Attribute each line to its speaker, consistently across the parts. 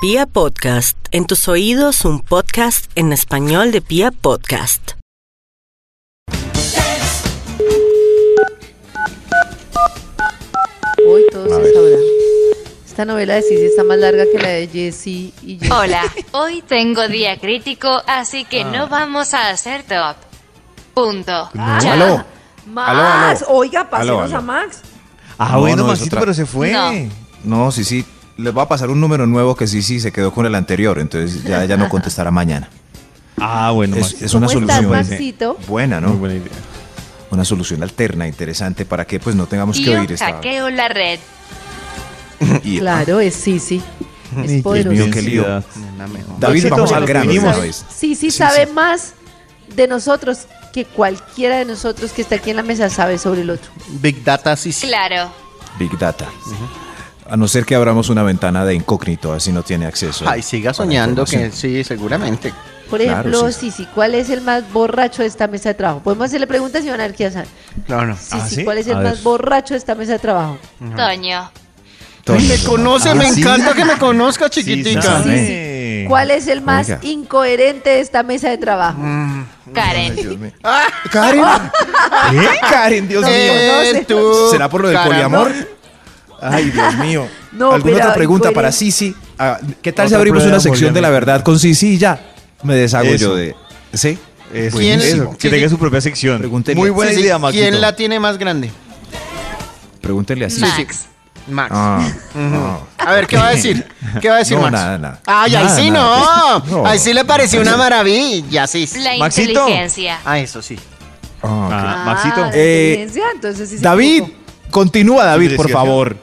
Speaker 1: Pia Podcast, en tus oídos un podcast en español de Pia Podcast.
Speaker 2: Hoy todo
Speaker 3: A
Speaker 2: se
Speaker 3: ver.
Speaker 2: sabrá. Esta novela de Sisi está más larga que la de Jessie y
Speaker 4: Ah,
Speaker 2: yo.
Speaker 5: Hola, hoy tengo día crítico, así que no vamos a hacer top. Punto. Ah, Ya.
Speaker 3: Aló. Aló,
Speaker 6: Max,
Speaker 3: aló.
Speaker 6: oiga,
Speaker 3: Aló,
Speaker 6: pasenos
Speaker 3: aló.
Speaker 6: a Max.
Speaker 4: Ah,
Speaker 3: No,
Speaker 4: bueno,
Speaker 3: no, es
Speaker 4: Maxito,
Speaker 3: otra.
Speaker 4: pero se fue.
Speaker 5: No.
Speaker 4: No, sí, sí. Les va a pasar un número nuevo que sí, sí, se quedó con el anterior, entonces ya, ya no contestará mañana.
Speaker 7: Ah, bueno,
Speaker 4: Es,
Speaker 7: Maxito.
Speaker 4: es una
Speaker 2: ¿Cómo estás,
Speaker 4: solución
Speaker 2: Maxito?
Speaker 4: buena,
Speaker 7: Muy
Speaker 4: ¿no?
Speaker 7: buena idea.
Speaker 4: Una solución alterna, interesante, para que pues no tengamos que
Speaker 5: Yo
Speaker 4: oír esta...
Speaker 5: hackeo la red.
Speaker 4: y-
Speaker 2: Claro, es Sisi. Es
Speaker 4: Dios
Speaker 2: poderoso.
Speaker 4: mío, qué lío. David,
Speaker 7: Maxito,
Speaker 4: vamos
Speaker 7: se
Speaker 4: al
Speaker 7: lo
Speaker 4: grano de
Speaker 7: pedimos.
Speaker 4: una vez.
Speaker 2: Sisi sabe más de nosotros que cualquiera de nosotros que está aquí en la mesa sabe sobre el otro.
Speaker 7: Big Data sí. sí.
Speaker 5: Claro.
Speaker 4: Big Data. A no ser que abramos una ventana de incógnito, así no tiene acceso.
Speaker 8: Ay, siga
Speaker 4: para
Speaker 8: soñando que
Speaker 4: información.
Speaker 8: sí, seguramente.
Speaker 2: Por
Speaker 4: Claro,
Speaker 2: ejemplo,
Speaker 4: Sisi.
Speaker 2: Sisi, ¿cuál es el más borracho de esta mesa de trabajo? Podemos hacerle preguntas y van a ver qué hacen.
Speaker 8: No, no.
Speaker 2: Sisi,
Speaker 4: Ah, ¿sí?
Speaker 2: ¿cuál es el
Speaker 7: A ver.
Speaker 2: más borracho de esta mesa de trabajo?
Speaker 8: Ah.
Speaker 5: Toño.
Speaker 4: Toño,
Speaker 8: me conoce, me encanta que me conozca, chiquitica.
Speaker 2: Sí, sí.
Speaker 7: Eh.
Speaker 2: ¿Cuál es el más
Speaker 4: Oiga.
Speaker 2: incoherente de esta mesa de trabajo?
Speaker 5: Karen.
Speaker 4: Dios mío. Karen. ¿Eh? Karen, Dios mío.
Speaker 8: Ah. Eh,
Speaker 2: no sé.
Speaker 8: tú,
Speaker 4: ¿Será por lo del
Speaker 8: caramba.
Speaker 4: poliamor? Ay, Dios mío.
Speaker 2: No,
Speaker 4: ¿Alguna
Speaker 2: pero
Speaker 4: otra pregunta
Speaker 2: incoherente.
Speaker 4: para Sisi? Ah, ¿Qué tal si
Speaker 7: Otra
Speaker 4: abrimos
Speaker 7: prueba
Speaker 4: una sección de la
Speaker 7: poliamor.
Speaker 4: verdad con Sisi y ya? Me deshago
Speaker 7: Eso.
Speaker 4: yo de... ¿Sí?
Speaker 7: Eso,
Speaker 8: ¿Quién-
Speaker 7: eso,
Speaker 8: sí,
Speaker 7: Que tenga
Speaker 8: sí.
Speaker 7: su propia sección.
Speaker 4: Pregúntele.
Speaker 7: Muy buena
Speaker 8: Sí, sí.
Speaker 7: idea, Maxito.
Speaker 8: ¿Quién la tiene más grande?
Speaker 4: Pregúntele a Sisi.
Speaker 5: Max.
Speaker 8: Max.
Speaker 4: Ah,
Speaker 8: Ujú.
Speaker 4: ah.
Speaker 8: A ver, ¿qué va a decir? ¿Qué va a decir
Speaker 4: No,
Speaker 8: Max?
Speaker 4: nada, nada.
Speaker 8: Ay,
Speaker 4: Nada,
Speaker 8: ahí sí
Speaker 4: nada.
Speaker 8: no.
Speaker 4: No.
Speaker 8: Ahí sí le pareció una maravilla, sí.
Speaker 5: La
Speaker 7: Maxito.
Speaker 5: inteligencia.
Speaker 8: Ah, eso sí.
Speaker 4: Ah, ok.
Speaker 7: Ah,
Speaker 2: Ah,
Speaker 7: Maxito,
Speaker 2: la
Speaker 4: Eh,
Speaker 2: inteligencia, entonces sí se
Speaker 4: David,
Speaker 2: equivocó.
Speaker 4: continúa David,
Speaker 7: Sí,
Speaker 4: por
Speaker 7: sí,
Speaker 4: favor.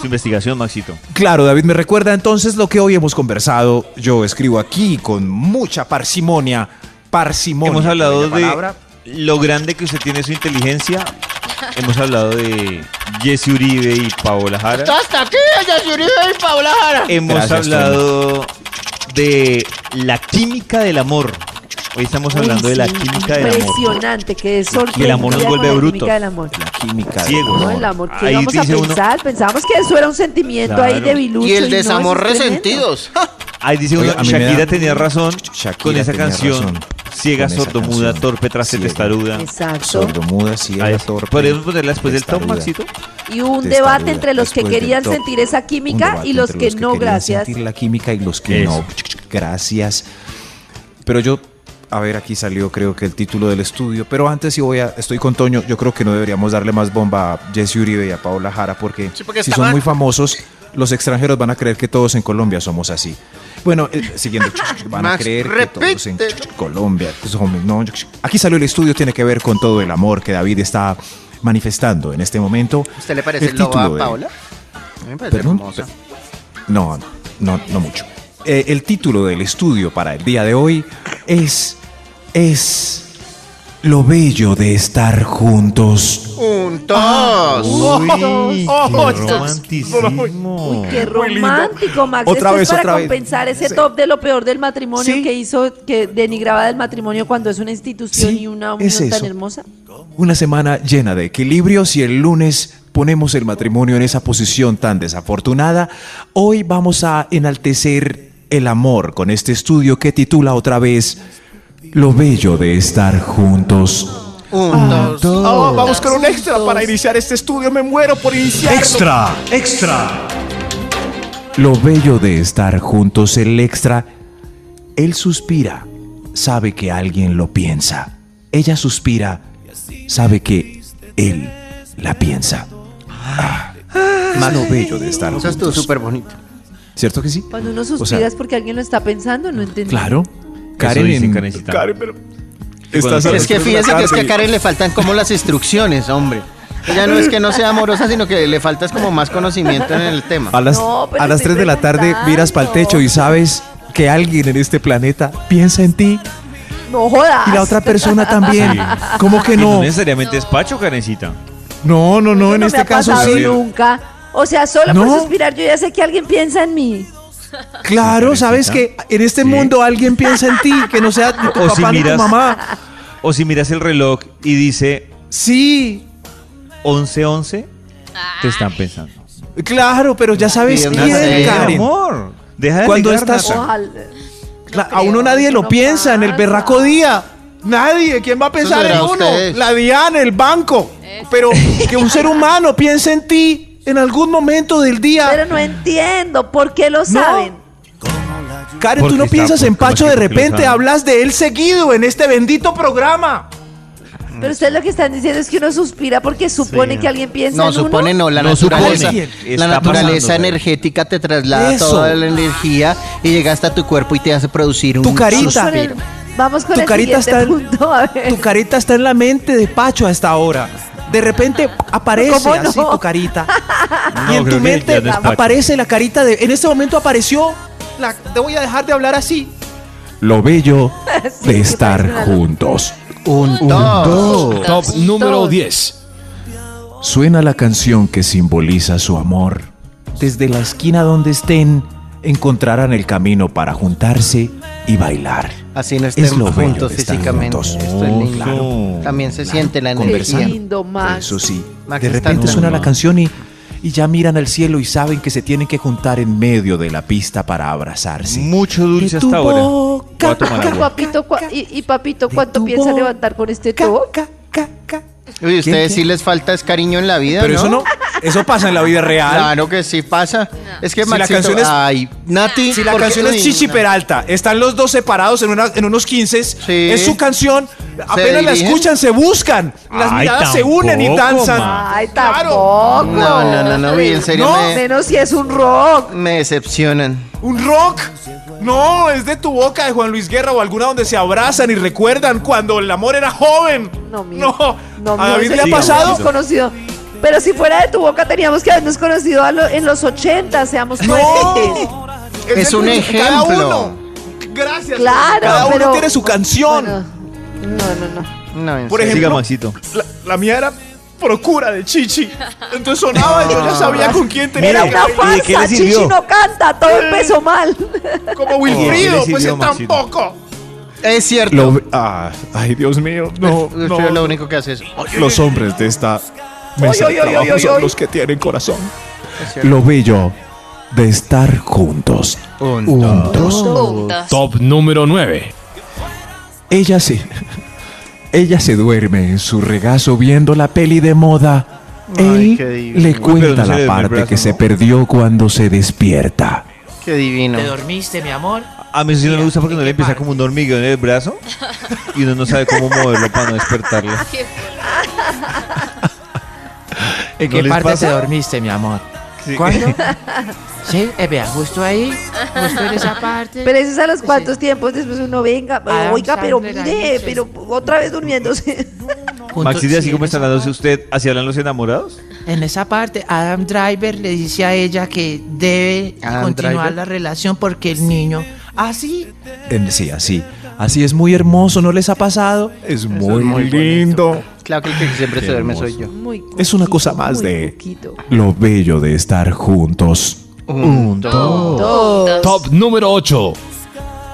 Speaker 7: su investigación, Maxito.
Speaker 4: Claro, David, me recuerda entonces lo que hoy hemos conversado. Yo escribo aquí con mucha parsimonia. Parsimonia.
Speaker 7: Hemos hablado
Speaker 4: bella
Speaker 7: de
Speaker 4: palabra.
Speaker 7: lo grande que usted tiene su inteligencia. Hemos hablado de Jesse Uribe y Paola Jara.
Speaker 8: Hasta aquí, Jessy Uribe y Paola Jara.
Speaker 7: Hemos
Speaker 4: Gracias,
Speaker 7: hablado de la química del amor. Hoy estamos
Speaker 2: Uy,
Speaker 7: hablando de la
Speaker 2: sí,
Speaker 7: química del amor.
Speaker 2: Impresionante, que es sorprendida
Speaker 7: Y el amor nos
Speaker 2: con
Speaker 7: vuelve
Speaker 2: la
Speaker 7: brutos.
Speaker 2: química del amor.
Speaker 4: La química.
Speaker 7: Ciegos.
Speaker 2: No, el amor, ¿qué
Speaker 7: Ahí
Speaker 2: íbamos a
Speaker 7: dice uno-
Speaker 2: pensar? Pensábamos que eso era un sentimiento ahí
Speaker 7: Claro.
Speaker 2: de bilucho.
Speaker 8: Y el
Speaker 2: no,
Speaker 8: desamor
Speaker 2: eso es tremendo.
Speaker 8: resentidos.
Speaker 7: Ahí dice uno,
Speaker 4: Oiga, a mí me
Speaker 7: Shakira
Speaker 4: da-
Speaker 7: tenía razón
Speaker 4: Shakira
Speaker 7: con esa
Speaker 4: tenía
Speaker 7: canción.
Speaker 4: razón
Speaker 7: Ciega,
Speaker 4: con esa
Speaker 7: sordomuda,
Speaker 4: canción.
Speaker 7: torpe, trasete,
Speaker 4: Ciega.
Speaker 7: testaruda.
Speaker 2: Exacto.
Speaker 4: Sordomuda, ciega,
Speaker 7: Ahí.
Speaker 4: torpe,
Speaker 7: ¿Podemos ponerla después del top,
Speaker 4: testaruda.
Speaker 7: Maxito?
Speaker 2: Y un
Speaker 4: Testaruda,
Speaker 2: debate entre los que
Speaker 4: después del
Speaker 2: querían
Speaker 4: top.
Speaker 2: sentir esa
Speaker 4: Un
Speaker 2: química
Speaker 4: debate
Speaker 2: y los
Speaker 4: entre
Speaker 2: que no,
Speaker 4: querían
Speaker 2: gracias.
Speaker 4: sentir la química y los que
Speaker 7: Eso.
Speaker 4: no. Gracias. Pero yo, a ver, aquí salió creo que el título del estudio. Pero antes si voy a, estoy con Toño. Yo creo que no deberíamos darle más bomba a Jesse Uribe y a Paola Jara porque,
Speaker 8: Sí, porque
Speaker 4: si
Speaker 8: está
Speaker 4: son
Speaker 8: mal.
Speaker 4: muy famosos, los extranjeros van a creer que todos en Colombia somos así. Bueno, eh, siguiendo, van a
Speaker 8: Max,
Speaker 4: creer que todos en
Speaker 8: repítelo.
Speaker 4: Colombia somos- no, aquí salió el estudio, tiene que ver con todo el amor que David está manifestando en este momento.
Speaker 8: ¿Usted le parece
Speaker 4: El
Speaker 8: loba a
Speaker 4: título de-
Speaker 8: Paola? A mí me parece
Speaker 4: Perdón,
Speaker 8: hermosa.
Speaker 4: no, no, no mucho. Eh, el título del estudio para el día de hoy es es lo bello de estar juntos.
Speaker 8: Juntos.
Speaker 7: Uy,
Speaker 2: Oh,
Speaker 7: qué romanticismo.
Speaker 2: Uy, qué romántico, Max.
Speaker 4: Otra
Speaker 2: Esto
Speaker 4: vez,
Speaker 2: es para
Speaker 4: otra vez.
Speaker 2: compensar ese
Speaker 4: Sí.
Speaker 2: top de lo peor del matrimonio
Speaker 4: Sí.
Speaker 2: que hizo, que denigraba del matrimonio cuando es una institución
Speaker 4: Sí,
Speaker 2: y una unión
Speaker 4: es
Speaker 2: tan
Speaker 4: eso.
Speaker 2: hermosa.
Speaker 4: Una semana llena de equilibrios y el lunes ponemos el matrimonio en esa posición tan desafortunada. Hoy vamos a enaltecer el amor con este estudio que titula otra vez Lo bello de estar juntos.
Speaker 8: Juntos.
Speaker 4: vamos con un extra para iniciar este estudio. Me muero por iniciar. Extra, extra. Lo bello de estar juntos, el extra. Él suspira, sabe que alguien lo piensa. Ella suspira, sabe que él la piensa. Ah, es lo bello de estar
Speaker 8: Eso estuvo
Speaker 4: juntos.
Speaker 8: súper bonito.
Speaker 4: ¿Cierto que sí?
Speaker 2: Cuando uno
Speaker 4: O sea,
Speaker 2: suspira es porque alguien lo está pensando, no entendí.
Speaker 4: Claro.
Speaker 7: dicen,
Speaker 4: en-
Speaker 7: Karencita.
Speaker 4: Karen, pero.
Speaker 7: cuando-
Speaker 4: Estás a
Speaker 8: Pero es que
Speaker 4: las tres de la
Speaker 8: fíjese que es que a
Speaker 4: tarde.
Speaker 8: Karen le faltan como las instrucciones, hombre. Ella no es que no sea amorosa, sino que le faltas como más conocimiento en el tema.
Speaker 4: A las,
Speaker 2: No, pero
Speaker 4: a las
Speaker 2: estoy
Speaker 4: 3 de la tarde
Speaker 2: preguntando.
Speaker 4: miras para el techo y sabes que alguien en este planeta piensa en ti
Speaker 2: No jodas.
Speaker 4: y la otra persona también. ¿Cómo que
Speaker 7: Y no
Speaker 4: no?
Speaker 7: necesariamente es Pacho, Karencita.
Speaker 4: No, no, no, en
Speaker 2: me
Speaker 4: este
Speaker 2: ha
Speaker 4: caso
Speaker 2: pasado
Speaker 4: sí.
Speaker 2: nunca. O sea, solo
Speaker 4: ¿No?
Speaker 2: por suspirar yo ya sé que alguien piensa en mí.
Speaker 4: Claro, sabes que
Speaker 7: Karencita.
Speaker 4: en este
Speaker 7: Sí.
Speaker 4: mundo alguien piensa en ti, que no sea ni tu
Speaker 7: O si
Speaker 4: papá ni tu
Speaker 7: miras-
Speaker 4: mamá.
Speaker 7: O si miras el reloj y dice
Speaker 4: Sí,
Speaker 7: 11-11, te están pensando.
Speaker 4: claro, pero ya sabes
Speaker 8: Bien,
Speaker 4: quién,
Speaker 8: Natalia.
Speaker 4: Karen.
Speaker 7: amor. Deja de
Speaker 4: Cuando
Speaker 7: alegar,
Speaker 4: estás-
Speaker 7: Nata.
Speaker 2: Ojalá.
Speaker 4: Cla-
Speaker 2: No
Speaker 4: a uno
Speaker 2: creo,
Speaker 4: nadie
Speaker 2: eso
Speaker 4: lo
Speaker 2: no
Speaker 4: piensa en el
Speaker 2: pasa.
Speaker 4: berraco día. Nadie. ¿Quién va a pensar en
Speaker 8: será
Speaker 4: uno?
Speaker 8: ustedes.
Speaker 4: La Diana, el banco. Pero que un ser humano piense en ti en algún momento del día.
Speaker 2: Pero no entiendo por qué lo saben.
Speaker 4: Karen,
Speaker 7: Porque
Speaker 4: tú no
Speaker 7: está-
Speaker 4: piensas en
Speaker 7: porque-
Speaker 4: Pacho de
Speaker 7: porque lo
Speaker 4: repente,
Speaker 7: sabe.
Speaker 4: hablas de él seguido en este bendito programa. Mm.
Speaker 2: Pero ustedes lo que están diciendo es que uno suspira porque supone que alguien piensa
Speaker 8: No,
Speaker 2: en uno.
Speaker 8: supone no, la
Speaker 7: No
Speaker 8: naturaleza.
Speaker 7: supone. Está
Speaker 8: La naturaleza
Speaker 7: pasando, güey.
Speaker 8: energética te traslada
Speaker 4: Eso.
Speaker 8: toda la energía y llega hasta tu cuerpo y te hace producir un
Speaker 4: Tu carita.
Speaker 2: Vamos con el,
Speaker 8: suspiro.
Speaker 2: vamos con
Speaker 4: Tu
Speaker 2: el
Speaker 4: carita
Speaker 2: siguiente
Speaker 4: está en-
Speaker 2: punto. A ver.
Speaker 4: Tu carita está en la mente de Pacho hasta ahora. De repente aparece
Speaker 2: ¿Cómo no?
Speaker 4: así tu carita.
Speaker 7: No,
Speaker 4: Ah, y en tu
Speaker 7: creo que
Speaker 4: mente
Speaker 7: ya no es Pacho.
Speaker 4: aparece la carita de. En este momento apareció. La, te voy a dejar de hablar así. Lo bello
Speaker 2: Sí, de que estar parece una loca.
Speaker 4: juntos.
Speaker 8: Un dos.
Speaker 9: Top
Speaker 2: Dos.
Speaker 9: número
Speaker 2: Dos.
Speaker 9: 10.
Speaker 4: Suena la canción que simboliza su amor. Desde la esquina donde estén, encontrarán el camino para juntarse y bailar.
Speaker 8: Así no
Speaker 4: Es lo
Speaker 8: estén
Speaker 4: bello
Speaker 8: juntos
Speaker 4: de estar
Speaker 8: físicamente.
Speaker 4: juntos.
Speaker 8: Esto es lindo.
Speaker 7: Claro.
Speaker 8: También se siente la
Speaker 2: Qué
Speaker 8: energía.
Speaker 4: Conversando.
Speaker 2: lindo, Max.
Speaker 4: Eso sí.
Speaker 8: Max
Speaker 4: de
Speaker 8: está
Speaker 4: repente
Speaker 8: tan
Speaker 4: suena la
Speaker 8: loco.
Speaker 4: canción y, y ya miran al cielo y saben que se tienen que juntar en medio de la pista para abrazarse.
Speaker 7: Mucho dulce
Speaker 4: De tu
Speaker 7: hasta ahora.
Speaker 4: boca.
Speaker 7: Voy a tomar
Speaker 2: Y
Speaker 7: agua.
Speaker 2: papito, cua- y, y papito,
Speaker 4: De
Speaker 2: ¿cuánto
Speaker 4: tu
Speaker 2: piensa
Speaker 4: boca.
Speaker 2: levantar con este
Speaker 4: Ca,
Speaker 2: tubo?
Speaker 4: ca, ca, ca.
Speaker 8: Uy, ustedes
Speaker 4: ¿Quién-
Speaker 8: sí les falta es cariño en la vida,
Speaker 4: Pero
Speaker 8: ¿no?
Speaker 4: eso no, eso pasa en la vida real.
Speaker 8: Claro que sí pasa. Es que
Speaker 4: Si la
Speaker 8: Maxito,
Speaker 4: canción es-
Speaker 8: ay, Nati,
Speaker 4: Si la
Speaker 8: ¿por qué-
Speaker 4: canción es
Speaker 8: uy,
Speaker 4: Chichi
Speaker 8: no.
Speaker 4: Peralta, están los dos separados en, una- en unos 15, es su canción, apenas la
Speaker 8: dirigen?
Speaker 4: escuchan, se buscan, las
Speaker 7: Ay,
Speaker 4: miradas se unen y
Speaker 7: tampoco,
Speaker 4: danzan.
Speaker 7: ma.
Speaker 2: Ay,
Speaker 4: Claro.
Speaker 2: tampoco.
Speaker 8: No, no, no, no, uy, en serio
Speaker 2: No,
Speaker 8: me-
Speaker 2: menos si es un rock.
Speaker 8: Me decepcionan.
Speaker 4: Un rock. No, es de tu boca de Juan Luis Guerra o alguna donde se abrazan y recuerdan cuando el amor era joven.
Speaker 2: No, mi-
Speaker 4: No,
Speaker 2: no,
Speaker 4: a
Speaker 2: mi-
Speaker 4: David
Speaker 2: ese
Speaker 4: le ha
Speaker 2: sí
Speaker 4: pasado.
Speaker 2: hubiéramos conocido. Pero si fuera de tu boca, teníamos que habernos conocido a lo- en los 80, seamos coherentes.
Speaker 4: No.
Speaker 8: Es
Speaker 4: el
Speaker 8: un
Speaker 4: principio, cada
Speaker 8: ejemplo.
Speaker 4: uno. Gracias.
Speaker 2: Claro,
Speaker 4: Cada uno
Speaker 2: pero-
Speaker 4: tiene su canción.
Speaker 2: Bueno, no, no, no.
Speaker 8: No, en
Speaker 4: Por
Speaker 8: serio.
Speaker 7: Siga,
Speaker 4: ejemplo,
Speaker 7: Maxito.
Speaker 4: La, la mía era procura de Chichi. Entonces sonaba y yo ya sabía con quién tenía
Speaker 2: Era
Speaker 4: que
Speaker 2: una
Speaker 4: bailar.
Speaker 7: ¿y de qué le
Speaker 2: farsa, Chichi
Speaker 7: sirvió?
Speaker 2: no canta, todo empezó mal.
Speaker 4: Como
Speaker 7: ¿Y de qué
Speaker 4: Wilfrido,
Speaker 7: le
Speaker 4: pues
Speaker 7: sirvió,
Speaker 4: él
Speaker 7: Maxito?
Speaker 4: tampoco.
Speaker 8: es cierto.
Speaker 4: Lo- ah, ay, Dios mío. No,
Speaker 8: Usted
Speaker 4: no.
Speaker 8: es lo único que hace es
Speaker 4: Los hombres de esta mesa
Speaker 2: Oy,
Speaker 4: de
Speaker 2: oy, oy,
Speaker 4: trabajo
Speaker 2: oy,
Speaker 4: son
Speaker 2: oy.
Speaker 4: los que tienen corazón.
Speaker 8: cierto.
Speaker 4: Lo bello de estar juntos.
Speaker 8: Un,
Speaker 4: Juntos.
Speaker 5: Puntos.
Speaker 9: Top número 9.
Speaker 4: Ella se. Ella se duerme en su regazo viendo la peli de moda.
Speaker 8: Ay, qué
Speaker 4: Él
Speaker 8: divino.
Speaker 4: le
Speaker 7: Pero
Speaker 4: cuenta
Speaker 7: no se le
Speaker 4: la
Speaker 7: duerme el
Speaker 4: parte
Speaker 7: brazo,
Speaker 4: que se
Speaker 7: ¿no?
Speaker 4: perdió cuando se despierta.
Speaker 8: Qué divino.
Speaker 10: ¿Te dormiste, mi amor?
Speaker 7: A mí eso sí no me gusta porque no le empieza
Speaker 10: parte?
Speaker 7: como un hormigueo en el brazo y uno no sabe cómo moverlo para no despertarlo.
Speaker 10: ¿En
Speaker 7: ¿No
Speaker 10: qué
Speaker 7: les
Speaker 10: parte
Speaker 7: pasa?
Speaker 10: te dormiste, mi amor?
Speaker 7: Sí.
Speaker 10: ¿Cuándo? sí, eh, vea, justo ahí, justo en esa parte.
Speaker 2: Pero eso es a los cuantos tiempos después uno venga,
Speaker 10: Adam
Speaker 2: oiga, pero
Speaker 10: Sandler,
Speaker 2: mire,
Speaker 10: Alicia.
Speaker 2: pero otra vez durmiéndose.
Speaker 10: Junto-
Speaker 7: Maxito,
Speaker 10: sí,
Speaker 7: así como
Speaker 10: en
Speaker 7: están
Speaker 10: esa
Speaker 7: hablando usted, ¿así hablan los enamorados?
Speaker 10: En esa parte, Adam Driver le dice a ella que debe
Speaker 8: Adam
Speaker 10: continuar
Speaker 8: Driver.
Speaker 10: la relación porque el niño. Ah, sí.
Speaker 4: En- sí, así. Así es muy hermoso, ¿no les ha pasado? Es muy, lindo.
Speaker 8: Claro que el que siempre se duerme soy yo.
Speaker 2: Muy
Speaker 4: Es una
Speaker 2: coquito,
Speaker 4: cosa más
Speaker 2: muy
Speaker 4: de
Speaker 2: coquito.
Speaker 4: lo bello de estar juntos.
Speaker 8: Un, dos.
Speaker 5: Puntos.
Speaker 9: Top número 8.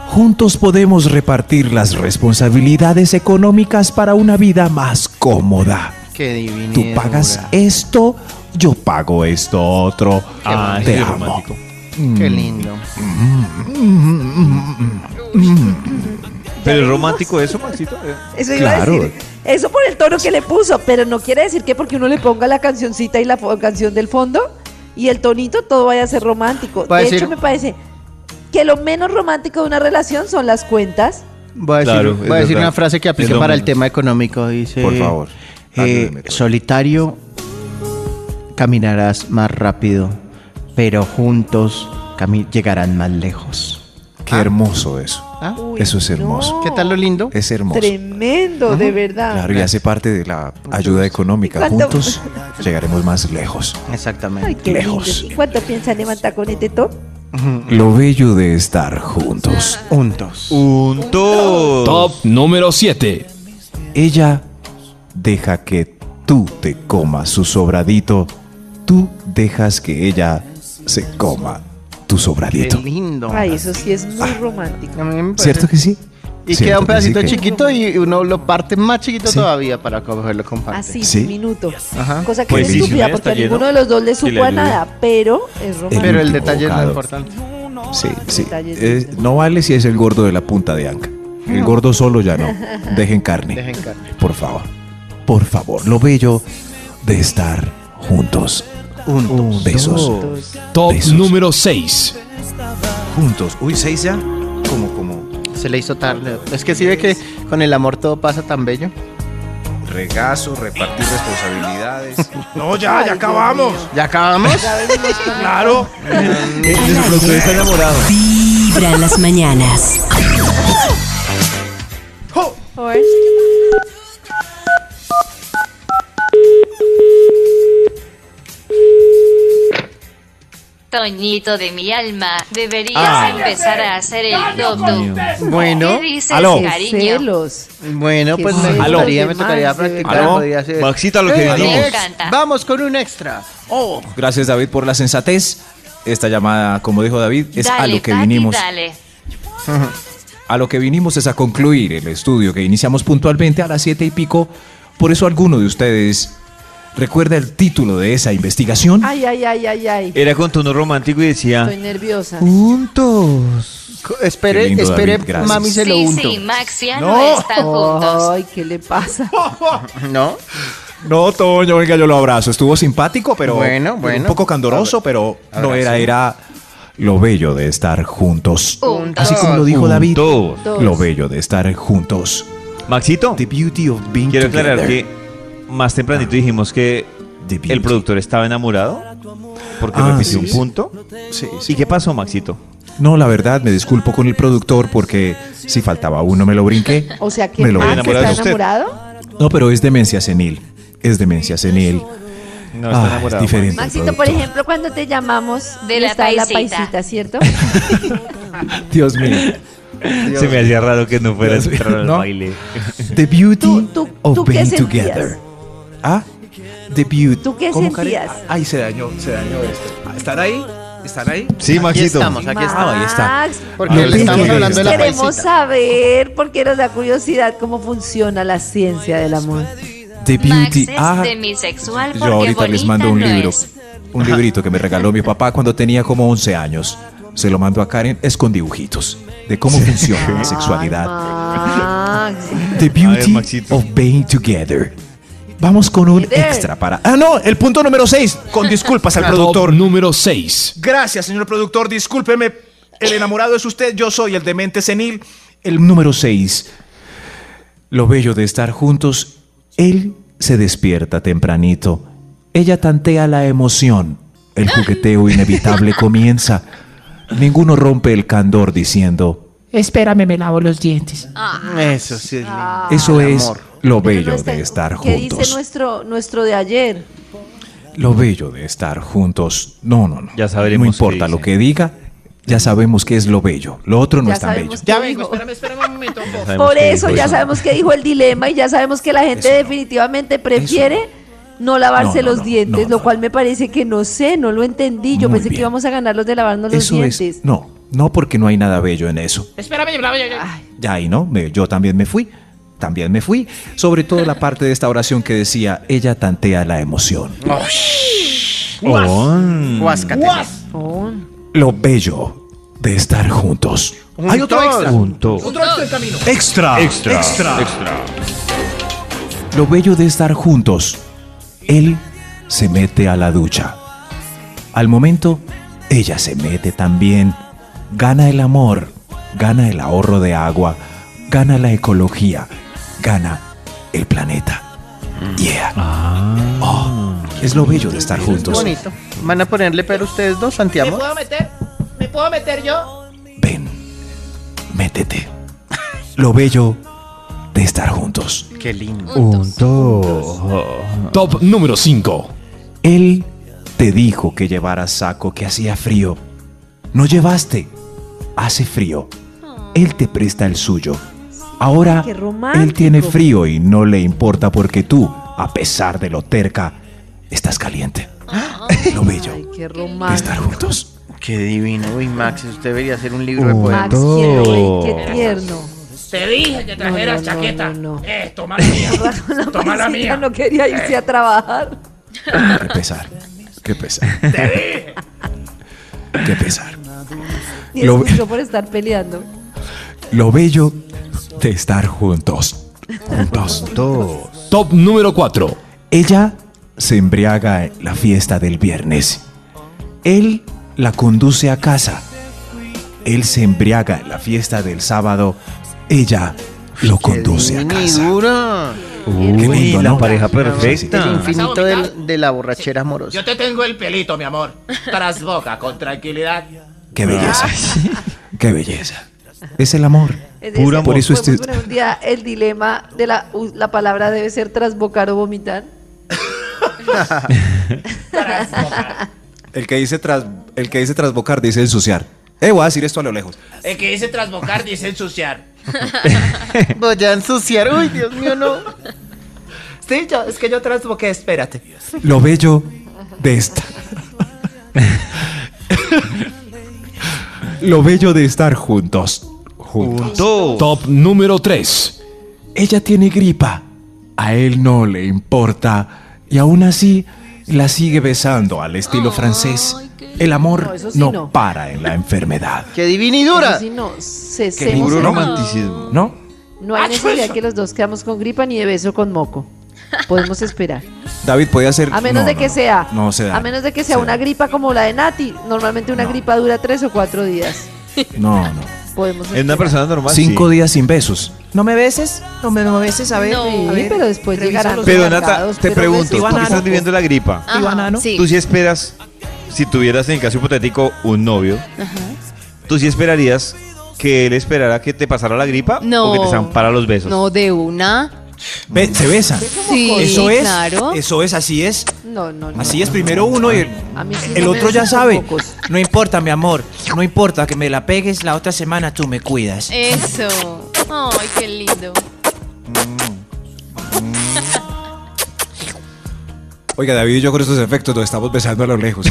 Speaker 4: Juntos podemos repartir las responsabilidades económicas para una vida más cómoda.
Speaker 8: Qué divino.
Speaker 4: Tú pagas esto, yo pago esto otro.
Speaker 7: Ah,
Speaker 4: Te
Speaker 7: qué
Speaker 4: amo.
Speaker 7: romántico.
Speaker 8: Qué lindo.
Speaker 7: ¿Pero es romántico eso, Maxito? Eh,
Speaker 2: Eso iba
Speaker 4: Claro.
Speaker 2: a decir. Eso por el tono que le puso, pero no quiere decir que porque uno le ponga la cancioncita y la fo- canción del fondo y el tonito todo vaya a ser romántico.
Speaker 8: Va a
Speaker 2: de
Speaker 8: decir-
Speaker 2: hecho, me parece que lo menos romántico de una relación son las cuentas.
Speaker 8: Voy a decir,
Speaker 7: Claro,
Speaker 8: voy
Speaker 7: es
Speaker 8: a decir
Speaker 7: verdad.
Speaker 8: una frase que
Speaker 7: Es
Speaker 8: aplica
Speaker 7: lo
Speaker 8: para el
Speaker 7: menos.
Speaker 8: tema económico. Dice,
Speaker 7: Por favor,
Speaker 8: eh,
Speaker 7: hábleme, por favor.
Speaker 8: solitario caminarás más rápido, pero juntos cami- llegarán más lejos.
Speaker 4: Qué hermoso eso.
Speaker 8: ¿Ah?
Speaker 2: Uy,
Speaker 4: Eso es hermoso.
Speaker 2: no.
Speaker 8: ¿Qué tal lo lindo?
Speaker 4: Es hermoso.
Speaker 2: Tremendo, de verdad.
Speaker 4: Claro, y hace parte de la ayuda económica.
Speaker 2: ¿Cuánto?
Speaker 4: Juntos llegaremos más lejos.
Speaker 2: Ay,
Speaker 8: Exactamente.
Speaker 2: qué lindo.
Speaker 4: Lejos.
Speaker 2: ¿Y cuánto piensa levantar con este top?
Speaker 4: Lo bello de estar juntos.
Speaker 8: Juntos.
Speaker 7: Un dos.
Speaker 9: Top número 7.
Speaker 4: Ella deja que tú te comas su sobradito. Tú dejas que ella se coma tu
Speaker 8: Qué
Speaker 4: sobradito.
Speaker 8: lindo.
Speaker 2: Ay, eso sí es
Speaker 4: Ah.
Speaker 2: muy romántico.
Speaker 8: A mí me parece-
Speaker 4: ¿Cierto que sí?
Speaker 8: pues, Y
Speaker 4: ¿Cierto
Speaker 8: queda un
Speaker 4: que sí
Speaker 8: pedacito
Speaker 4: que-
Speaker 8: chiquito y uno lo parte más chiquito
Speaker 4: Sí.
Speaker 8: todavía para cogerlo con parte.
Speaker 2: Así,
Speaker 4: Sí.
Speaker 2: diminuto.
Speaker 8: Ajá.
Speaker 2: Cosa que
Speaker 7: Pues
Speaker 2: es
Speaker 7: sí,
Speaker 2: estúpida
Speaker 7: está
Speaker 2: porque a
Speaker 7: lleno.
Speaker 2: ninguno de los dos le
Speaker 7: Y le
Speaker 2: supo a
Speaker 7: ayuda.
Speaker 2: nada, pero es romántico.
Speaker 8: Pero el
Speaker 4: último
Speaker 8: detalle es lo
Speaker 4: bocado.
Speaker 8: importante.
Speaker 11: Sí, sí.
Speaker 2: Detalles
Speaker 11: Es-
Speaker 2: lindos.
Speaker 11: no vale si es el gordo de la punta de Anca. El gordo solo ya no. Dejen carne.
Speaker 8: Dejen carne.
Speaker 11: Por favor. Por favor. Lo bello de estar juntos. Juntos. Besos.
Speaker 4: Top
Speaker 11: Besos.
Speaker 4: número 6.
Speaker 11: Juntos. Uy, seis ya. Como, como.
Speaker 8: Se le hizo tarde. Es que sí ve que con el amor todo pasa tan bello.
Speaker 11: Regazo, repartir responsabilidades.
Speaker 7: No, ya, ya acabamos.
Speaker 8: ¿Ya acabamos?
Speaker 7: Claro.
Speaker 12: Vibra en las mañanas.
Speaker 5: Toñito de mi alma, deberías empezar a hacer el dodo.
Speaker 8: Bueno,
Speaker 5: ¿Qué dices,
Speaker 7: Aló.
Speaker 2: Qué
Speaker 5: cariño?
Speaker 2: celos.
Speaker 8: bueno,
Speaker 2: Qué
Speaker 8: pues me
Speaker 2: celos
Speaker 8: gustaría,
Speaker 2: de
Speaker 8: me tocaría
Speaker 2: Max, de
Speaker 8: practicar.
Speaker 7: verdad.
Speaker 8: podría ser.
Speaker 7: Maxito, a lo que
Speaker 8: Eh,
Speaker 7: vinimos.
Speaker 5: Me encanta.
Speaker 8: Vamos con un extra. Oh,
Speaker 11: Gracias, David, por la sensatez. Esta llamada, como dijo David, es
Speaker 5: dale,
Speaker 11: a lo que
Speaker 5: papi,
Speaker 11: vinimos.
Speaker 5: dale.
Speaker 11: A lo que vinimos es a concluir el estudio que iniciamos puntualmente a las siete y pico. Por eso alguno de ustedes recuerda el título de esa investigación.
Speaker 5: Ah.
Speaker 2: Ay, ay, ay, ay,
Speaker 11: Eh.
Speaker 2: ay.
Speaker 7: Era con tono romántico y
Speaker 2: Estoy
Speaker 7: decía,
Speaker 2: nerviosa.
Speaker 8: Juntos. Co- Espere,
Speaker 11: Qué lindo,
Speaker 8: espere,
Speaker 11: David, gracias.
Speaker 8: mami se lo
Speaker 5: Sí,
Speaker 8: unto.
Speaker 5: sí, Max y Ano
Speaker 7: No.
Speaker 5: están juntos.
Speaker 2: Ay, ¿qué le pasa?
Speaker 8: ¿No?
Speaker 11: No, Toño, venga, yo lo abrazo. Estuvo simpático, pero
Speaker 8: Bueno, bueno.
Speaker 11: un poco candoroso, pero no era, era lo bello de estar juntos.
Speaker 5: Juntos.
Speaker 11: Así como lo dijo David,
Speaker 7: Juntos.
Speaker 11: lo bello de estar juntos.
Speaker 7: Maxito,
Speaker 11: The beauty of being
Speaker 7: quiero aclarar que
Speaker 11: together.
Speaker 7: más tempranito dijimos que
Speaker 11: The beauty.
Speaker 7: el productor estaba enamorado porque
Speaker 11: Ah,
Speaker 7: repitió
Speaker 11: sí,
Speaker 7: un
Speaker 11: sí.
Speaker 7: punto.
Speaker 11: Sí, sí.
Speaker 7: ¿Y qué pasó, Maxito?
Speaker 11: No, la verdad, me disculpo con el productor porque si faltaba uno me lo brinqué.
Speaker 2: O sea, que
Speaker 11: me lo
Speaker 2: Max
Speaker 11: brinqué.
Speaker 7: enamorado
Speaker 2: está
Speaker 7: de usted.
Speaker 2: enamorado.
Speaker 11: No, pero es demencia senil. Es demencia senil.
Speaker 7: No, está
Speaker 11: Ah,
Speaker 7: enamorado.
Speaker 11: es diferente.
Speaker 2: Maxito, por
Speaker 11: productor.
Speaker 2: ejemplo, cuando te llamamos
Speaker 5: De
Speaker 2: y
Speaker 5: la
Speaker 2: está la
Speaker 5: paisita.
Speaker 2: paisita, ¿cierto?
Speaker 11: Dios mío.
Speaker 7: Maxito. Se me hacía raro que no fuera a
Speaker 11: Dios mío,
Speaker 7: entrar al
Speaker 11: ¿no?
Speaker 7: baile.
Speaker 11: The beauty
Speaker 2: ¿Tú- tú-
Speaker 11: of
Speaker 2: tú qué
Speaker 11: being
Speaker 2: sentías?
Speaker 11: together. Ah, the beauty.
Speaker 2: ¿Tú qué
Speaker 11: ¿Cómo, Karen?
Speaker 2: sentías?
Speaker 11: Ah, Ay, se dañó, se dañó esto. Ah, ¿Están ahí? ¿Están ahí?
Speaker 7: Sí,
Speaker 8: Aquí estamos, aquí estamos.
Speaker 11: ahí está.
Speaker 2: Max,
Speaker 8: Porque
Speaker 11: Lo
Speaker 8: le estamos
Speaker 11: bello de
Speaker 8: hablando de la
Speaker 2: Queremos
Speaker 8: paisita.
Speaker 2: saber, porque nos da curiosidad cómo funciona la ciencia del amor.
Speaker 11: The
Speaker 5: Max
Speaker 11: beauty.
Speaker 5: es
Speaker 11: Ah,
Speaker 5: demisexual
Speaker 11: yo
Speaker 5: porque
Speaker 11: ahorita
Speaker 5: bonita
Speaker 11: les mando un
Speaker 5: no
Speaker 11: libro.
Speaker 5: es.
Speaker 11: Un librito que me regaló mi papá cuando tenía como 11 años. Se lo mando a Karen, es con dibujitos de cómo funciona la sexualidad.
Speaker 2: Ay, Max.
Speaker 11: The
Speaker 7: A ver,
Speaker 11: beauty
Speaker 7: Maxito.
Speaker 11: of being together. Vamos con un
Speaker 2: Together.
Speaker 11: extra para. Ah, no, el punto número 6. Con disculpas al
Speaker 4: Top
Speaker 11: productor.
Speaker 4: número 6.
Speaker 11: Gracias, señor productor. Discúlpeme. El enamorado es usted. Yo soy el demente senil. El número 6. Lo bello de estar juntos. Él se despierta tempranito. Ella tantea la emoción. El jugueteo inevitable comienza. Ninguno rompe el candor diciendo:
Speaker 10: Espérame, me lavo los dientes.
Speaker 8: Eso sí es lindo.
Speaker 5: Ah.
Speaker 11: Eso
Speaker 8: el
Speaker 11: es
Speaker 8: amor.
Speaker 11: lo
Speaker 2: Ah, Pero
Speaker 11: bello
Speaker 2: no está-
Speaker 11: de estar
Speaker 2: ¿Qué
Speaker 11: juntos.
Speaker 2: dice nuestro, nuestro de ayer?
Speaker 11: Lo bello de estar juntos. No, no, no.
Speaker 7: Ya sabremos
Speaker 11: No importa
Speaker 7: qué
Speaker 11: lo
Speaker 7: dice.
Speaker 11: que diga, ya sabemos que es lo bello. Lo otro no
Speaker 2: Ya
Speaker 11: es tan bello.
Speaker 2: sabemos qué dijo.
Speaker 10: espérame un momento.
Speaker 7: Ya sabemos
Speaker 2: Por
Speaker 7: qué
Speaker 2: eso
Speaker 7: dijo
Speaker 2: ya sabemos que dijo el dilema y ya sabemos que la gente
Speaker 11: Eso no.
Speaker 2: definitivamente prefiere no lavarse
Speaker 11: No, no,
Speaker 2: los
Speaker 11: no,
Speaker 2: dientes,
Speaker 11: no,
Speaker 2: lo
Speaker 11: no.
Speaker 2: cual me parece que no sé, no lo entendí. Yo
Speaker 11: Muy
Speaker 2: pensé que
Speaker 11: bien.
Speaker 2: íbamos a ganar los de lavarnos los
Speaker 11: Eso
Speaker 2: dientes.
Speaker 11: es. No, no porque no hay nada bello en eso.
Speaker 10: Espérame,
Speaker 11: Ya ahí no, Me- yo también me fui. También me fui. Sobre todo la parte de esta oración que decía, ella tantea la emoción.
Speaker 8: Guáscate.
Speaker 2: Oh,
Speaker 11: Lo bello de estar juntos. Hay otro extra.
Speaker 7: Juntos.
Speaker 11: Extra.
Speaker 7: Extra. Extra.
Speaker 11: Lo bello de estar juntos. Él se mete a la ducha. Al momento, ella se mete también. Gana el amor, gana el ahorro de agua, gana la ecología, gana el planeta. Yeah. Oh, es lo bello de estar juntos.
Speaker 8: Bonito. ¿Van a ponerle pero ustedes dos, Santiago?
Speaker 10: meter? ¿Me puedo meter yo?
Speaker 11: Ven, métete. Lo bello de estar juntos.
Speaker 8: Qué lindo.
Speaker 4: Top número 5.
Speaker 11: Él te dijo que llevaras saco, que hacía frío. No llevaste. Hace frío. Él te presta el suyo. Ahora,
Speaker 2: Ah. Qué romántico.
Speaker 11: él tiene frío y no le importa porque tú, a pesar de lo terca, estás caliente. Lo bello
Speaker 2: Ah. ay, qué
Speaker 11: de
Speaker 2: romántico.
Speaker 11: estar juntos.
Speaker 8: Qué divino. Uy, Max, usted debería hacer un libro de poemas.
Speaker 2: Max, quiero, ay, qué tierno.
Speaker 10: Te dije que
Speaker 2: trajeras No, no, no,
Speaker 10: trajeras
Speaker 2: chaqueta.
Speaker 10: chaqueta.
Speaker 2: no, no.
Speaker 10: Eh, toma la mía.
Speaker 2: La
Speaker 10: toma la
Speaker 2: paisita
Speaker 10: mía. Eh.
Speaker 2: no quería irse a trabajar.
Speaker 11: Qué pesar. Qué pesar. Qué pesar.
Speaker 2: Y
Speaker 11: Lo-
Speaker 2: escuchó por estar peleando.
Speaker 11: Lo bello de estar juntos. Juntos.
Speaker 4: Top número 4.
Speaker 11: Ella se embriaga en la fiesta del viernes. Él la conduce a casa. Él se embriaga en la fiesta del sábado. Ella lo conduce a
Speaker 8: Ni
Speaker 11: casa.
Speaker 8: dura.
Speaker 11: Qué lindo,
Speaker 7: la
Speaker 11: ¿no?
Speaker 7: pareja
Speaker 8: El
Speaker 7: perfecta.
Speaker 8: infinito del- de la borrachera amorosa.
Speaker 10: Yo te tengo el pelito, mi amor. Trasboca con tranquilidad.
Speaker 11: Qué belleza. Qué belleza. Es el amor.
Speaker 2: Es
Speaker 7: Puro
Speaker 2: decir,
Speaker 7: amor. Por
Speaker 11: eso
Speaker 2: podemos
Speaker 11: este-
Speaker 2: poner un día el dilema de la, u- la palabra debe ser trasbocar o vomitar.
Speaker 11: El que dice tras, el que dice trasbocar dice ensuciar. Eh, voy a decir esto a lo lejos.
Speaker 10: El que dice trasbocar dice ensuciar.
Speaker 8: Voy a ensuciar. Uy, Dios mío, no.
Speaker 10: Sí, yo, es que yo trasboqué, espérate.
Speaker 11: Lo bello de esta. lo bello de estar juntos. Juntos.
Speaker 7: Todo.
Speaker 4: Top número 3.
Speaker 11: Ella tiene gripa. A él no le importa. Y aún así la sigue besando al estilo francés. El amor
Speaker 2: No,
Speaker 11: no,
Speaker 2: eso sí no.
Speaker 11: para en la enfermedad.
Speaker 8: ¡Qué divina y dura!
Speaker 2: Si no, cesemos.
Speaker 7: Puro
Speaker 2: el amor.
Speaker 7: romanticismo.
Speaker 11: ¿No? ¡Ah,
Speaker 2: No hay necesidad que los dos quedamos con gripa ni de beso con moco. Podemos esperar.
Speaker 11: David podía hacer.
Speaker 2: A menos
Speaker 11: No,
Speaker 2: de
Speaker 11: no,
Speaker 2: que
Speaker 11: no.
Speaker 2: sea.
Speaker 11: No se da.
Speaker 2: A menos de que sea
Speaker 11: Se
Speaker 2: una
Speaker 11: da.
Speaker 2: gripa como la de Nati. Normalmente una gripa dura tres o cuatro días.
Speaker 11: No, no.
Speaker 2: Podemos
Speaker 7: En una
Speaker 2: esperar.
Speaker 7: persona normal.
Speaker 11: Cinco
Speaker 7: sí.
Speaker 11: días sin besos.
Speaker 13: No me beses, no me, no me beses, a ver.
Speaker 5: No.
Speaker 13: a
Speaker 2: Sí,
Speaker 13: ver,
Speaker 2: pero después
Speaker 13: revisa
Speaker 2: llegarán
Speaker 13: los-
Speaker 2: los
Speaker 7: Pero Nata,
Speaker 2: amargados,
Speaker 7: te
Speaker 2: pero
Speaker 7: pregunto,
Speaker 2: besos
Speaker 7: tú que
Speaker 13: Ivana,
Speaker 7: estás
Speaker 13: no.
Speaker 7: viviendo la gripa.
Speaker 5: Ajá,
Speaker 13: Ivana, ¿no?
Speaker 5: Ah, sí.
Speaker 7: Tú sí esperas, si tuvieras en el caso hipotético un novio, tú sí esperarías que él esperara que te pasara la gripa
Speaker 14: No.
Speaker 7: o que te zampara los besos.
Speaker 14: No, de una.
Speaker 11: Ve- se besan.
Speaker 14: Sí,
Speaker 11: Eso es.
Speaker 14: claro.
Speaker 11: Eso es, así es.
Speaker 2: No, no, no.
Speaker 11: Así es, primero uno y el,
Speaker 2: A mí sí
Speaker 11: el
Speaker 2: no me
Speaker 11: otro ya
Speaker 2: besan
Speaker 11: sabe.
Speaker 2: con mocos.
Speaker 13: No importa, mi amor. No importa que me la pegues la otra semana, tú me cuidas.
Speaker 2: Eh.
Speaker 14: Eso. Ay, qué lindo.
Speaker 5: Ah.
Speaker 11: Oiga, David y yo con estos efectos nos estamos besando a lo lejos.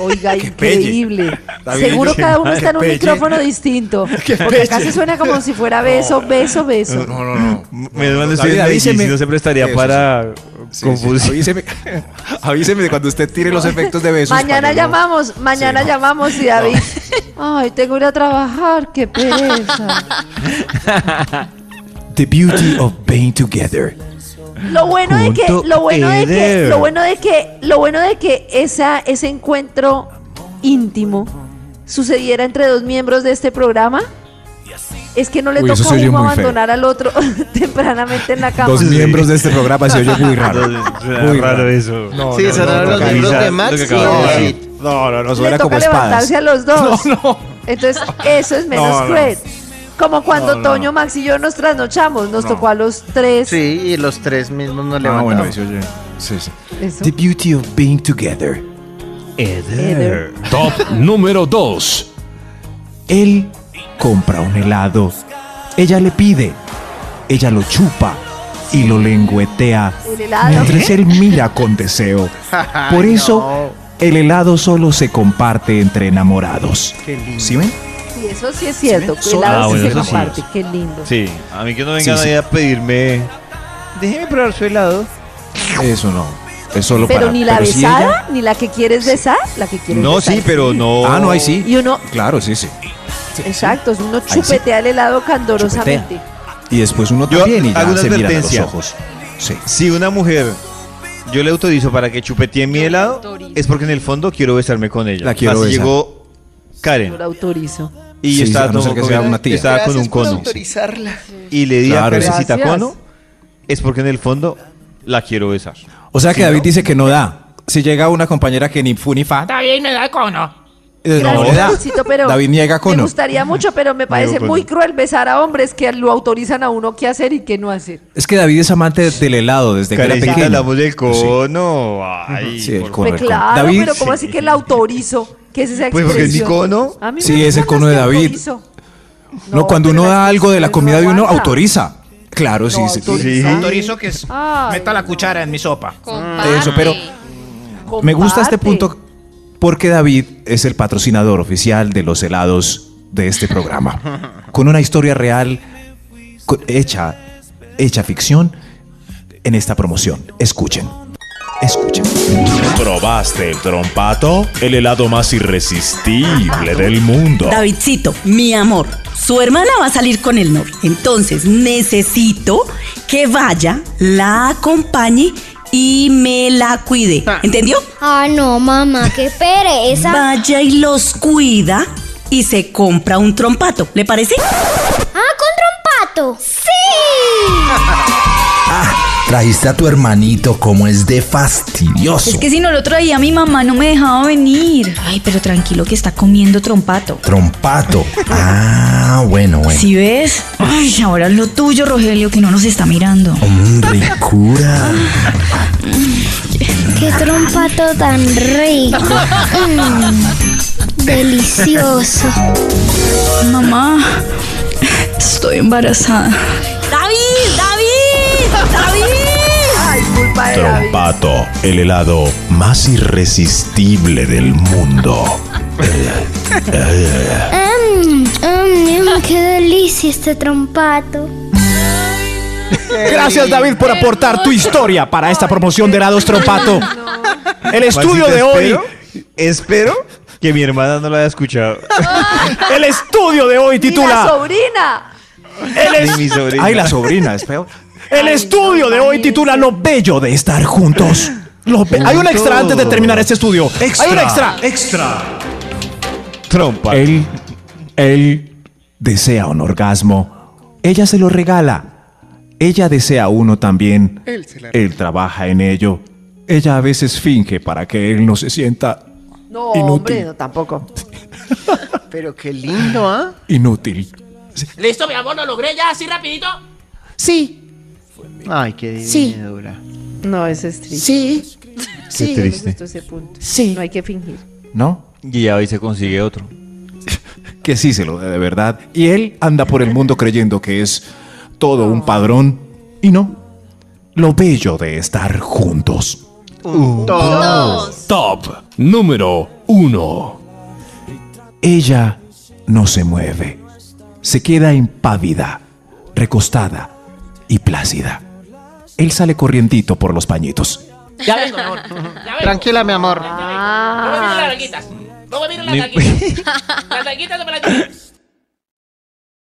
Speaker 2: Oiga,
Speaker 11: pelle.
Speaker 2: increíble.
Speaker 11: David,
Speaker 2: Seguro
Speaker 11: qué
Speaker 2: cada uno está en un
Speaker 11: pelle.
Speaker 2: micrófono distinto. Porque acá se suena como si fuera beso, beso, beso.
Speaker 11: No, no, no.
Speaker 7: Menos mal estoy en
Speaker 11: David,
Speaker 7: Medellín,
Speaker 11: avíseme.
Speaker 7: si no se prestaría
Speaker 11: Eso,
Speaker 7: para confusión.
Speaker 11: Avíseme, avíseme de cuando usted tire los efectos de besos.
Speaker 2: Mañana
Speaker 11: para yo-
Speaker 2: llamamos, mañana
Speaker 11: Sí, no.
Speaker 2: llamamos y David. Ay, tengo que ir a trabajar, qué pereza.
Speaker 11: The beauty of being together.
Speaker 2: Lo bueno de que,
Speaker 7: Junto
Speaker 2: lo bueno de que,
Speaker 7: Eder.
Speaker 2: lo bueno de que, lo bueno de que esa, ese encuentro íntimo sucediera entre dos miembros de este programa es que no le
Speaker 11: Uy,
Speaker 2: toca
Speaker 11: eso
Speaker 2: a
Speaker 11: se oye
Speaker 2: uno
Speaker 11: muy feo.
Speaker 2: abandonar al otro tempranamente en la cama.
Speaker 11: Dos
Speaker 7: Sí.
Speaker 11: miembros de este programa se oye muy raro.
Speaker 7: Muy raro eso. No,
Speaker 8: sí, cerraron los
Speaker 7: no,
Speaker 8: libros
Speaker 7: no,
Speaker 8: de
Speaker 7: no,
Speaker 8: Max
Speaker 7: no,
Speaker 8: y
Speaker 7: no, no,
Speaker 8: de
Speaker 7: no,
Speaker 8: David.
Speaker 11: No, no, no,
Speaker 2: le
Speaker 11: suena
Speaker 2: toca
Speaker 11: como espadas.
Speaker 2: levantarse a los dos. Entonces, eso es menos
Speaker 11: No, no.
Speaker 2: cruel. Como cuando Toño, Max y yo nos trasnochamos, nos tocó a los tres.
Speaker 8: Sí, y los tres mismos nos
Speaker 11: Ah,
Speaker 8: levantamos.
Speaker 11: bueno, eso oye. Sí, sí.
Speaker 2: Eso.
Speaker 11: The beauty of being together.
Speaker 2: Eder.
Speaker 4: Top número 2.
Speaker 11: Él compra un helado. Ella le pide. Ella lo chupa y lo lengüetea.
Speaker 2: El helado.
Speaker 11: Mientras él mira con deseo. Por
Speaker 8: Ay,
Speaker 11: eso, el helado solo se comparte entre enamorados. ¿Sí ven?
Speaker 2: Sí, eso sí es cierto. que
Speaker 11: ¿Sí ven?
Speaker 2: El lado
Speaker 7: Ah,
Speaker 2: sí
Speaker 7: bueno,
Speaker 2: se
Speaker 7: eso sí.
Speaker 2: comparte. Qué lindo.
Speaker 7: Sí, a mí que no
Speaker 11: Sí,
Speaker 7: venga
Speaker 11: sí.
Speaker 7: nadie a pedirme. Déjeme probar su helado.
Speaker 11: Eso no. Es solo
Speaker 2: Pero
Speaker 11: para-
Speaker 2: ni la
Speaker 11: pero si
Speaker 2: besada,
Speaker 11: ella-
Speaker 2: ni la que quieres besar, la que quieres
Speaker 7: No,
Speaker 2: besar.
Speaker 7: sí, pero no.
Speaker 11: Ah, no, ahí sí.
Speaker 2: Y uno,
Speaker 11: Claro, sí, sí.
Speaker 2: exacto, uno
Speaker 11: sí.
Speaker 2: chupetea el helado candorosamente.
Speaker 11: Y después uno
Speaker 7: Yo
Speaker 11: también y
Speaker 7: hago
Speaker 11: ya
Speaker 7: una
Speaker 11: se miran a los
Speaker 7: advertencia.
Speaker 11: ojos. Sí.
Speaker 7: Si una mujer yo le autorizo para que chupetee mi helado,
Speaker 14: autorizo.
Speaker 7: es porque en el fondo quiero besarme con ella.
Speaker 11: La quiero
Speaker 7: Así
Speaker 11: besar.
Speaker 7: llegó Karen
Speaker 2: Yo lo autorizo.
Speaker 7: y
Speaker 11: Sí, a
Speaker 7: estaba,
Speaker 11: no ser que
Speaker 7: con,
Speaker 11: sea una tía.
Speaker 7: estaba con un
Speaker 8: Gracias por
Speaker 7: cono.
Speaker 8: autorizarla.
Speaker 7: Y le di
Speaker 11: Claro,
Speaker 7: a Karencita
Speaker 2: Gracias.
Speaker 7: cono, es porque en el fondo la quiero besar.
Speaker 11: O sea que David dice que no da. Si llega una compañera que ni fu ni fa,
Speaker 10: Está bien, me da cono.
Speaker 11: eh, no
Speaker 2: Gracias,
Speaker 11: le da.
Speaker 2: Maxito, pero
Speaker 11: David niega
Speaker 2: Me
Speaker 11: cono.
Speaker 2: gustaría mucho, pero me parece
Speaker 7: cono.
Speaker 2: muy cruel besar a hombres que lo autorizan a uno qué hacer y qué no hacer.
Speaker 11: Es que David es amante del helado desde que era
Speaker 7: Karencita,
Speaker 11: pequeño.
Speaker 7: hablamos del cono. Ay,
Speaker 11: Pues Sí, el
Speaker 7: por-
Speaker 2: Pues
Speaker 11: cono. Correcto.
Speaker 2: claro,
Speaker 11: David,
Speaker 2: pero ¿cómo así que la autorizo? ¿Qué es esa
Speaker 7: Pues porque es mi
Speaker 2: expresión?
Speaker 7: cono.
Speaker 2: A mí me
Speaker 11: Sí,
Speaker 2: gustan
Speaker 11: es el cono
Speaker 2: las
Speaker 11: de
Speaker 2: que
Speaker 11: David.
Speaker 2: autorizo.
Speaker 11: No, cuando
Speaker 2: pero
Speaker 11: uno
Speaker 2: las
Speaker 11: da algo de la
Speaker 2: expresiones
Speaker 11: comida de uno,
Speaker 2: aguanta.
Speaker 11: autoriza. Claro, sí,
Speaker 2: No,
Speaker 11: sí.
Speaker 2: autoriza.
Speaker 7: Sí.
Speaker 10: Autorizo que s-
Speaker 2: Ay,
Speaker 10: meta la
Speaker 2: no.
Speaker 10: cuchara en mi sopa.
Speaker 14: Comparte.
Speaker 11: Eso, pero- Me gusta este punto porque David es el patrocinador oficial de los helados de este programa. Con una historia real co- hecha, hecha ficción en esta promoción. Escuchen.
Speaker 4: Escuchen.
Speaker 15: ¿Probaste el trompato? El helado más irresistible del mundo.
Speaker 1: Davidcito, mi amor, su hermana va a salir con el novio. Entonces necesito que vaya, la acompañe y me la cuide. ¿Entendió?
Speaker 5: Ah, no, mamá, qué pereza.
Speaker 1: Vaya y los cuida y se compra un trompato. ¿Le parece?
Speaker 5: ¡Ah, con trompato! ¡Sí!
Speaker 16: Trajiste a tu hermanito, como es de fastidioso.
Speaker 17: Es que si no lo traía mi mamá no me dejaba venir. Ay, pero tranquilo que está comiendo trompato.
Speaker 16: Trompato. Ah, bueno, bueno.
Speaker 17: ¿Sí ves? Ay, ahora lo tuyo, Rogelio, que no nos está mirando.
Speaker 16: Mm, ricura.
Speaker 5: ¡Qué trompato tan rico! Mm, delicioso.
Speaker 17: Mamá, estoy embarazada.
Speaker 1: ¡David! ¡David! ¡David!
Speaker 2: Ay, culpa de David.
Speaker 15: Trompato, el helado más irresistible del mundo.
Speaker 5: Mm, mm, mm, ¡Qué delicia este trompato!
Speaker 4: Gracias, David, por aportar tu historia para esta promoción de helados trompato. El estudio de hoy.
Speaker 7: Espero que mi hermana no la haya escuchado.
Speaker 4: El estudio de hoy
Speaker 2: ¡Y la
Speaker 4: titula.
Speaker 2: sobrina!
Speaker 4: El es-
Speaker 7: Ni mi sobrina.
Speaker 4: Ay, la sobrina, es peor. El estudio de hoy titula Lo bello de estar juntos. Lo be- Hay un extra antes de terminar este estudio. Hay un extra.
Speaker 11: Extra.
Speaker 7: Trompa.
Speaker 4: Él, él desea un orgasmo. Ella se lo regala. Ella desea uno también. Él, trabaja en ello. Ella a veces finge para que él no se sienta
Speaker 2: No,
Speaker 4: Inútil.
Speaker 2: hombre, no, tampoco.
Speaker 8: Pero qué lindo, ¿ah?
Speaker 4: inútil.
Speaker 10: ¿Listo, mi amor? ¿Lo logré ya así rapidito?
Speaker 8: Sí. Ay, qué divinidura.
Speaker 2: No, ese es triste.
Speaker 10: Sí.
Speaker 2: Sí, no me
Speaker 7: triste.
Speaker 2: gustó ese punto.
Speaker 10: Sí.
Speaker 2: No hay que fingir.
Speaker 4: ¿No?
Speaker 7: Y ya hoy se consigue otro.
Speaker 4: Que sí se lo dé de verdad. Y él anda por el mundo creyendo que es todo un padrón. Y no. Lo bello de estar juntos.
Speaker 11: Top número 1.
Speaker 4: Ella no se mueve. Se queda impávida, recostada y plácida. Él sale corrientito por los pañitos.
Speaker 10: Ya vengo, mi amor. Ya vengo.
Speaker 8: Tranquila, mi amor.
Speaker 10: No me miren las
Speaker 7: No
Speaker 10: Ah. taquitas. No me miren las taquitas. Las taquitas no me las miren.